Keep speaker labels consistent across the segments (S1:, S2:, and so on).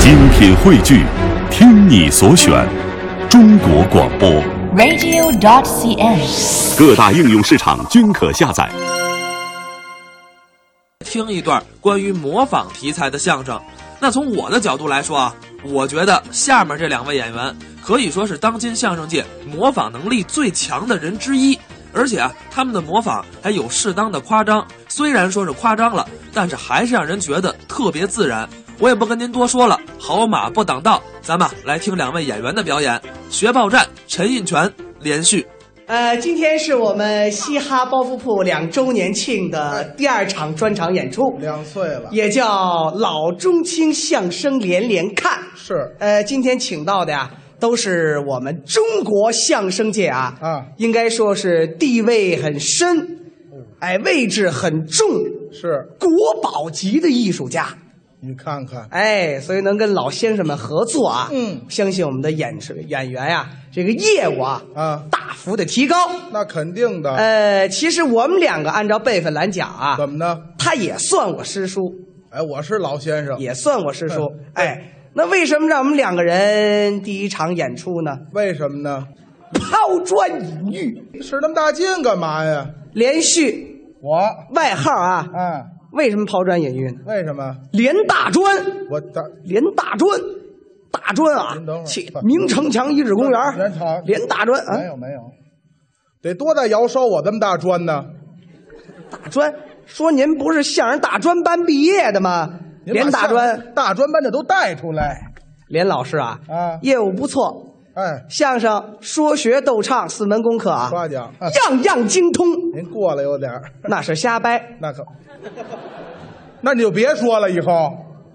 S1: 精品汇聚，听你所选，中国广播。
S2: radio.cn。
S1: 各大应用市场均可下载。
S3: 听一段关于模仿题材的相声。那从我的角度来说啊，我觉得下面这两位演员可以说是当今相声界模仿能力最强的人之一，而且啊，他们的模仿还有适当的夸张。虽然说是夸张了，但是还是让人觉得特别自然。我也不跟您多说了，好马不挡道，咱们啊来听两位演员的表演。学报站，陈印泉连续。
S4: 呃，今天是我们嘻哈包袱铺两周年庆的第二场专场演出，
S5: 两岁了，
S4: 也叫老中青相声连连看。
S5: 是
S4: 呃，今天请到的呀、都是我们中国相声界啊，
S5: 啊嗯
S4: 应该说是地位很深，哎，位置很重，
S5: 是，
S4: 国宝级的艺术家。
S5: 你看看，
S4: 哎，所以能跟老先生们合作啊，
S5: 嗯
S4: 相信我们的演演员呀、这个业务啊，
S5: 啊
S4: 大幅的提高。
S5: 那肯定的，
S4: 呃，其实我们两个按照辈分来讲啊，
S5: 怎么呢？
S4: 他也算我师叔，
S5: 哎，我是老先生，
S4: 也算我师叔。
S5: 嗯
S4: 哎，那为什么让我们两个人第一场演出呢？
S5: 为什么呢？
S4: 抛砖引玉，
S5: 使那么大劲干嘛呀？
S4: 连续
S5: 我，
S4: 外号啊，
S5: 哎，
S4: 为什么抛砖引玉呢？
S5: 为什么？
S4: 连大砖，
S5: 我的
S4: 连大砖。大砖啊
S5: 您等会，儿
S4: 去
S5: 快
S4: 明城墙遗址公园，
S5: 连朝
S4: 连大砖
S5: 没
S4: 啊，
S5: 有没有，得多大窑烧我这么大砖呢？
S4: 大砖。说您不是相声大专班毕业的吗？
S5: 您把
S4: 连大专，
S5: 像大砖班的都带出来，
S4: 连老师啊，
S5: 啊
S4: 业务不错，
S5: 哎，
S4: 相声、说学、逗唱四门功课啊，
S5: 夸奖，哎
S4: 样样精通，
S5: 您过来有点儿，
S4: 那是瞎掰，
S5: 那可， 那你就别说了，以后，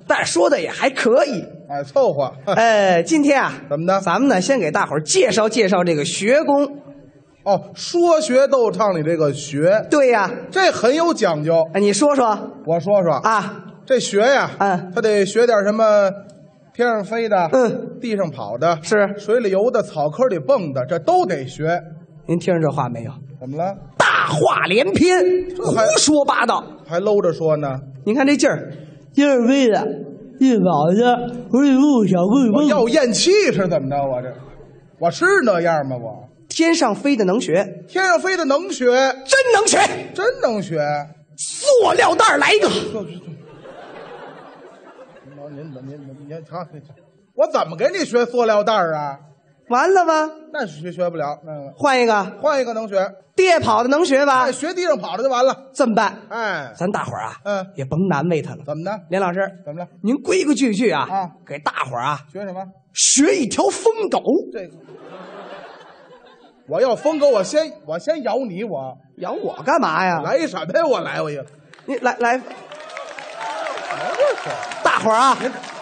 S4: 但说的也还可以。
S5: 哎，凑合，
S4: 呃，今天啊，
S5: 怎么的
S4: 咱们呢，先给大伙儿介绍介绍这个学工。
S5: 哦，说学逗唱里这个学，
S4: 对呀、
S5: 这很有讲究。
S4: 哎你说说
S5: 我说说，
S4: 啊，
S5: 这学呀，
S4: 嗯
S5: 他得学点什么，天上飞的，
S4: 嗯，
S5: 地上跑的，
S4: 是
S5: 水里游的，草坑里蹦的，这都得学。
S4: 您听着这话没有？
S5: 怎么了？
S4: 大话连篇，
S5: 还
S4: 胡说八道。
S5: 还搂着说呢？
S4: 您看这劲儿，今儿背的，一脑子，我一路小棍
S5: 我要咽气是怎么着？我这，我是那样吗？我
S4: 天上飞的能学，
S5: 天上飞的能学，
S4: 真能学，
S5: 真能学。
S4: 塑料袋儿来一个。
S5: 您您您您您瞧，您我怎么给你学塑料袋儿啊？
S4: 完了吧，
S5: 那学学不了，那个
S4: 换一个，
S5: 换一个能学，
S4: 地下跑的能学吧
S5: 哎，？学地上跑的就完了。
S4: 这么办，
S5: 哎，
S4: 咱大伙儿啊，
S5: 嗯
S4: 也甭难为他了。
S5: 怎么呢？
S4: 连老师，
S5: 怎么了？
S4: 您规规矩矩啊，
S5: 啊
S4: 给大伙儿啊
S5: 学什么？
S4: 学一条疯狗，
S5: 这个，我要疯狗，我先我先咬你，我
S4: 咬我干嘛呀？，
S5: 来一什么呀？我来我一个，
S4: 你来来，
S5: 哎我去
S4: 大伙儿啊，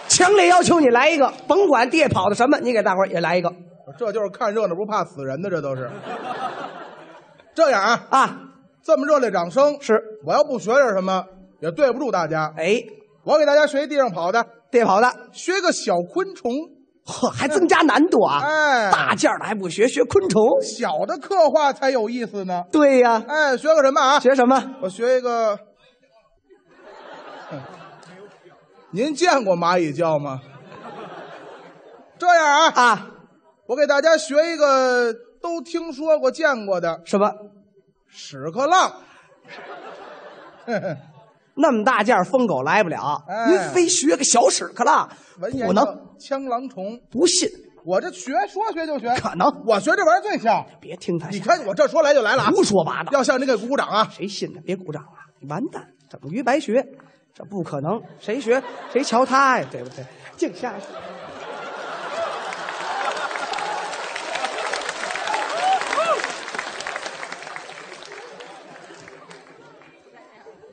S4: 强烈要求你来一个，甭管地下跑的什么，你给大伙儿也来一个
S5: 这就是看热闹不怕死人的，这都是。这样啊，
S4: 啊！
S5: 这么热烈掌声，
S4: 是，
S5: 我要不学点什么，也对不住大家。
S4: 哎，
S5: 我给大家学地上跑的，
S4: 地下跑的，
S5: 学个小昆虫，
S4: 呵，还增加难度啊！
S5: 嗯哎
S4: 大件儿的还不学，学昆虫。
S5: 小的刻画才有意思呢。
S4: 对呀，
S5: 哎，学个什么啊？
S4: 学什么？
S5: 我学一个。嗯您见过蚂蚁叫吗？这样啊，
S4: 啊？
S5: 我给大家学一个都听说过、见过的
S4: 什么？
S5: 屎壳郎。
S4: 那么大件儿疯狗来不了，
S5: 哎
S4: 您非学个小屎壳郎，
S5: 文
S4: 不
S5: 言叫
S4: 能，
S5: 枪狼虫。
S4: 不信，
S5: 我这学说学就学，
S4: 可能
S5: 我学这玩意儿最像。
S4: 别听他。
S5: 你看我这说来就来了啊！
S4: 胡说八道，
S5: 要向您给鼓鼓掌啊！
S4: 谁信呢？别鼓掌了，完蛋，等于白学，这不可能，谁学谁瞧他呀，对不对？净瞎说。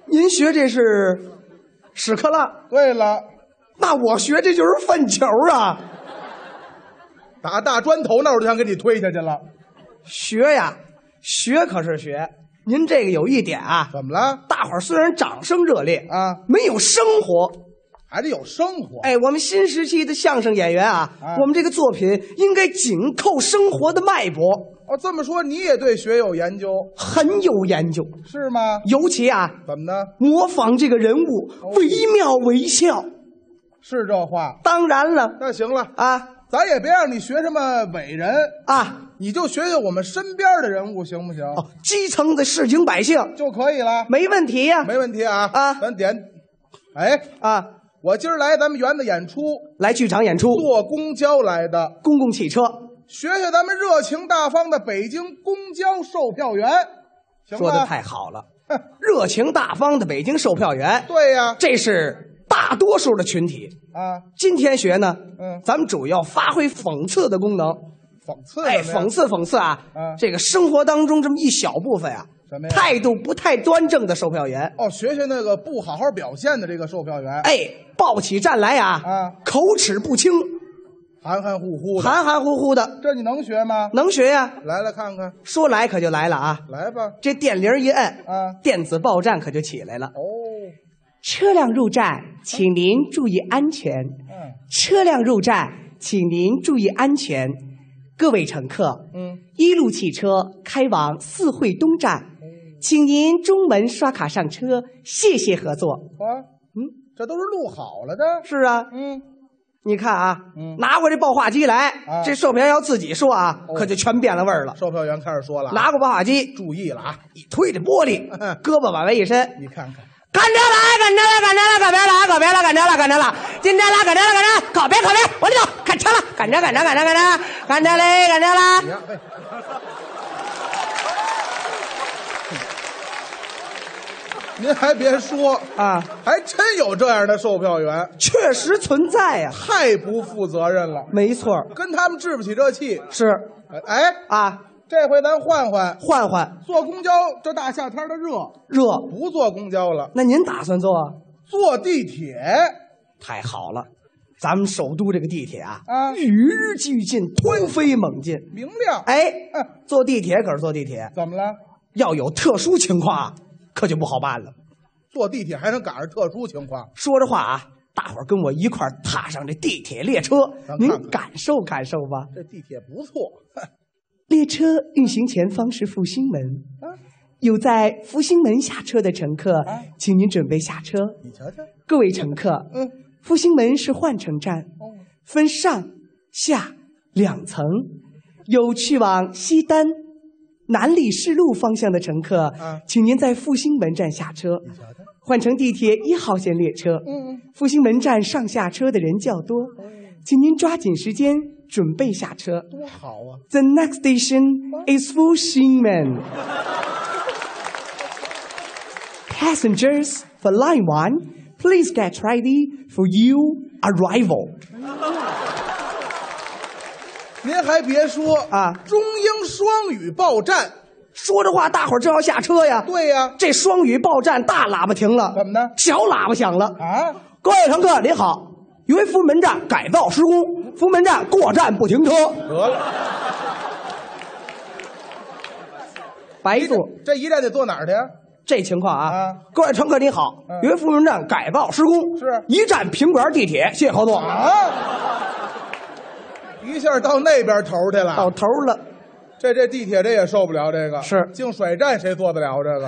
S4: 您学这是屎壳郎，
S5: 对了，
S4: 那我学这就是粪球啊！
S5: 打大砖头那我就想给你推下去了。
S4: 学呀，学可是学。您这个有一点啊，
S5: 怎么了？
S4: 大伙儿虽然掌声热烈
S5: 啊
S4: 没有生活。
S5: 还得有生活。
S4: 哎，我们新时期的相声演员啊，
S5: 啊
S4: 我们这个作品应该紧扣生活的脉搏，
S5: 哦，这么说你也对学有研究
S4: 很有研究。
S5: 是吗？
S4: 尤其啊，
S5: 怎么呢？哦
S4: 模仿这个人物惟妙惟肖，
S5: 是这话。
S4: 当然了，
S5: 那行了，
S4: 啊
S5: 咱也别让你学什么伟人，
S4: 啊，
S5: 你就学学我们身边的人物，行不行？
S4: 哦，基层的市井百姓
S5: 就可以了，
S4: 没问题呀、
S5: 没问题啊。
S4: 啊
S5: 咱点，哎，
S4: 啊，
S5: 我今儿来咱们园子演出，
S4: 来剧场演出，
S5: 坐公交来的，
S4: 公共汽车，
S5: 学学咱们热情大方的北京公交售票员，行
S4: 说的
S5: 吧？
S4: 太好了，
S5: 哼
S4: 热情大方的北京售票员，
S5: 对呀，
S4: 这是大多数的群体。
S5: 啊，
S4: 今天学呢，
S5: 嗯
S4: 咱们主要发挥讽刺的功能，
S5: 讽刺
S4: 哎，
S5: 什么呀
S4: 讽刺讽刺啊，
S5: 嗯
S4: 这个生活当中这么一小部分啊，
S5: 什么呀
S4: 态度不太端正的售票员，
S5: 哦，学学那个不好好表现的这个售票员，
S4: 哎，抱起战来啊，
S5: 啊
S4: 口齿不清，
S5: 含含糊糊的，
S4: 含含糊糊的，
S5: 这你能学吗？
S4: 能学呀、
S5: 来来看看，
S4: 说来可就来了啊，
S5: 来吧。
S4: 这电铃一摁，
S5: 啊
S4: 电子报站可就起来了。
S5: 哦，
S4: 车辆入站，请您注意安全。
S5: 嗯
S4: 车辆入站，请您注意安全。各位乘客，
S5: 嗯，
S4: 一路汽车开往四惠东站，
S5: 嗯
S4: 请您中门刷卡上车，谢谢合作。
S5: 啊，
S4: 嗯，
S5: 这都是录好了的。
S4: 是啊，
S5: 嗯，
S4: 你看啊，
S5: 嗯
S4: 拿过这报话机来
S5: 啊，
S4: 这售票员要自己说啊，
S5: 哦
S4: 可就全变了味儿了。
S5: 售票员开始说了啊，
S4: 拿过报话机，
S5: 注意了啊，
S4: 一推这玻璃，
S5: 嗯
S4: 胳膊往外一伸，
S5: 你看看，
S4: 赶着来，赶着来，赶着来，赶着来，赶着来，赶着来，赶着来，今天来，赶着来，赶着来，可别可别，我这走，赶车了，赶着赶着赶着赶着赶着嘞，赶着
S5: 你
S4: 啦！
S5: 看，哎，您还别说，
S4: 啊，
S5: 还真有这样的售票员，
S4: 确实存在呀、
S5: 太不负责任了，
S4: 没错儿，
S5: 跟他们治不起这气。
S4: 是
S5: 哎，
S4: 啊，
S5: 这回咱换换，
S4: 换换
S5: 坐公交这大夏天的热，
S4: 热，
S5: 不坐公交了，
S4: 那您打算坐啊？
S5: 坐地铁。
S4: 太好了，咱们首都这个地铁啊，
S5: 啊
S4: 与日俱进，突飞猛进。
S5: 明亮，
S4: 哎
S5: 嗯，
S4: 坐地铁可是坐地铁，
S5: 怎么了？
S4: 要有特殊情况啊，可就不好办了。
S5: 坐地铁还能赶上特殊情况？
S4: 说着话啊，大伙儿跟我一块儿踏上这地铁列车
S5: 咱，
S4: 您
S5: 看看
S4: 感受感受吧。
S5: 这地铁不错，
S4: 列车运行前方是复兴门
S5: 啊，
S4: 有在复兴门下车的乘客
S5: 啊，
S4: 请您准备下车。
S5: 你瞧瞧，
S4: 各位乘客，
S5: 嗯，
S4: 复兴门是换乘站，
S5: 哦，
S4: 分上下两层，有去往西单、南礼士路方向的乘客
S5: 啊，
S4: 请您在复兴门站下车，
S5: 你瞧瞧，
S4: 换乘地铁一号线列车。
S5: 嗯，哦
S4: 复兴门站上下车的人较多，请您抓紧时间准备下车。
S5: 多好啊！
S4: The next station is Fuxingmen. Passengers for line one, please get ready for your arrival.
S5: 您还别说
S4: 啊
S5: 中英双语报站，
S4: 说着话，大伙儿正要下车呀。
S5: 对呀、
S4: 这双语报站大喇叭停了，
S5: 怎么呢
S4: 小喇叭响了。
S5: 啊，
S4: 各位乘客，您好，由于福门站改造施工，福门站过站不停车，
S5: 得了，
S4: 白
S5: 这
S4: 坐。
S5: 这一站得坐哪儿去？
S4: 这情况啊，
S5: 啊
S4: 各位乘客您好，
S5: 嗯
S4: 由于富门站改造施工，
S5: 是
S4: 一站平原地铁，谢谢合作。
S5: 啊，一下到那边头去了。
S4: 到头了，
S5: 这这地铁这也受不了，这个
S4: 是
S5: 净甩站，谁坐得了这个？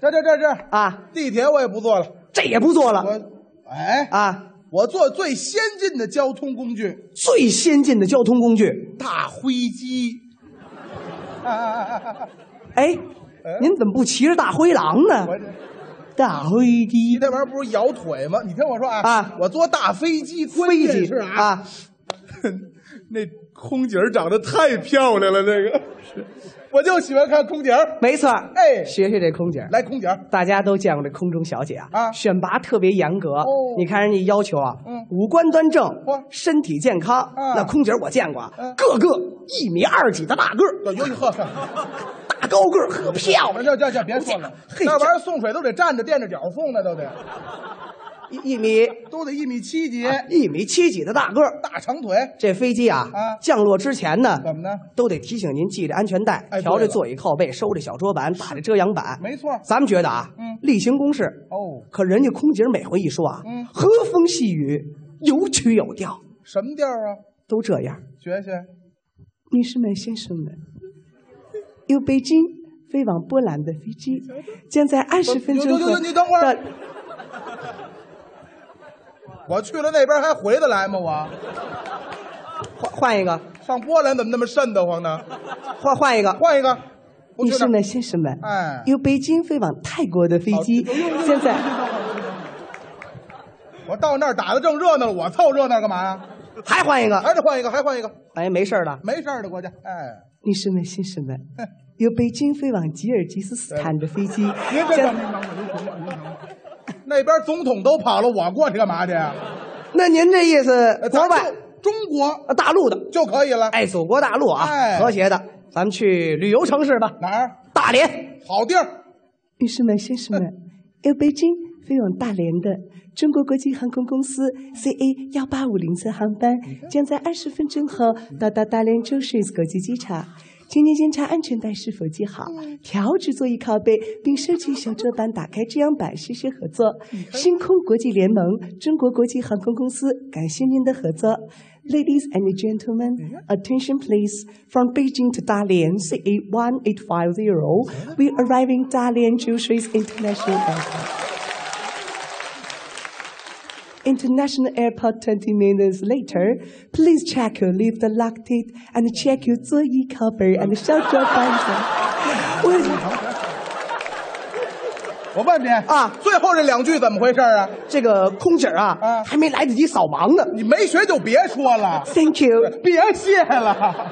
S5: 这这这这
S4: 啊，
S5: 地铁我也不坐了，
S4: 这也不做了
S5: 我，哎，
S4: 啊！
S5: 我坐最先进的交通工具
S4: 最先进的交通工具，
S5: 大灰机。啊啊啊啊啊！
S4: 哎，
S5: 哎
S4: 您怎么不骑着大灰狼呢
S5: 我？这
S4: 大灰
S5: 你
S4: 机
S5: 那玩意儿不是摇腿吗？你听我说啊，
S4: 啊
S5: 我坐大飞机，关
S4: 飞
S5: 键
S4: 机
S5: 是啊，
S4: 啊，
S5: 那空姐儿长得太漂亮了，那个，我就喜欢看空姐儿。
S4: 没错儿，
S5: 哎
S4: 学学这空姐儿。
S5: 来，空姐儿，
S4: 大家都见过这空中小姐啊，
S5: 啊
S4: 选拔特别严格。
S5: 哦
S4: 你看人家要求啊，
S5: 嗯
S4: 五官端正
S5: 嚯，
S4: 身体健康。
S5: 啊
S4: 那空姐儿我见过啊，
S5: 嗯
S4: 个个一米二几的大个儿，
S5: 哟哟呵呵，
S4: 大高个儿，呵 漂 亮，
S5: 这这这别说了，
S4: 嘿
S5: 那玩意儿送水都得站着垫着脚送的，都得
S4: 一一米
S5: 都得一米七几，
S4: 一米七几的大个儿。
S5: 嗯大长腿，
S4: 这飞机啊，
S5: 啊
S4: 降落之前呢，
S5: 怎么呢？
S4: 都得提醒您系着安全带，
S5: 哎
S4: 调
S5: 对
S4: 着
S5: 了
S4: 座椅靠背，收着小桌板，打着遮阳板。
S5: 没错
S4: 咱们觉得啊，
S5: 嗯
S4: 例行公事。
S5: 哦，
S4: 可人家空姐每回一说啊，
S5: 嗯
S4: 和风细雨，有曲有调，
S5: 什么调儿啊？
S4: 都这样。
S5: 学学，
S4: 女士们、先生们，由北京飞往波兰的飞机将在二十分钟
S5: 有有有
S4: 后
S5: 有你等会儿
S4: 到
S5: 我去了那边还回得来吗？我
S4: 换换一个，
S5: 上波兰怎么那么瘆得慌呢？
S4: 换换一个。
S5: 换一个，我
S4: 女
S5: 去
S4: 士
S5: 哪
S4: 们、先生们，
S5: 哎
S4: 由北京飞往泰国的飞机
S5: 哦这
S4: 现在
S5: 我到那儿打的正热闹了，我凑热闹干嘛呀？
S4: 还换一个，
S5: 还得换一个，还换一个，
S4: 哎，没事儿了。
S5: 没事儿的国家。哎，
S4: 女士们、先生 们，由北京飞往吉尔吉斯斯坦的飞机
S5: 别别别别
S4: 将
S5: 别那边总统都跑了，我过去干嘛去？
S4: 那您这意思，国
S5: 呃咱
S4: 外
S5: 就中国
S4: 呃大陆的，
S5: 就可以了。
S4: 哎，祖国大陆啊，
S5: 哎
S4: 和谐的，咱们去旅游城市吧，
S5: 哪儿
S4: 大连。
S5: 好地儿？
S4: 女士们、先生们，由北京飞往大连的中国国际航空公司 CA 幺八五零三航班将在二十分钟后到达大连周市国际机场，请您检查安全带是否系好，调至座椅靠背，并收起小桌板，打开遮阳板，实时合作。星空国际联盟中国国际航空公司感谢您的合作。Ladies and gentlemen, attention please. From Beijing to Dalian, CA 1850, we arriving Dalian Jushis International Airport. International Airport 20 minutes later, please check your lift locked it and check your 座椅 cover and 小桌板子。我
S5: 我问你
S4: 啊
S5: 最后这两句怎么回事啊？
S4: 这个空姐儿啊，
S5: 啊
S4: 还没来得及扫盲呢。
S5: 你没学就别说了，
S4: Thank you.
S5: 别谢了。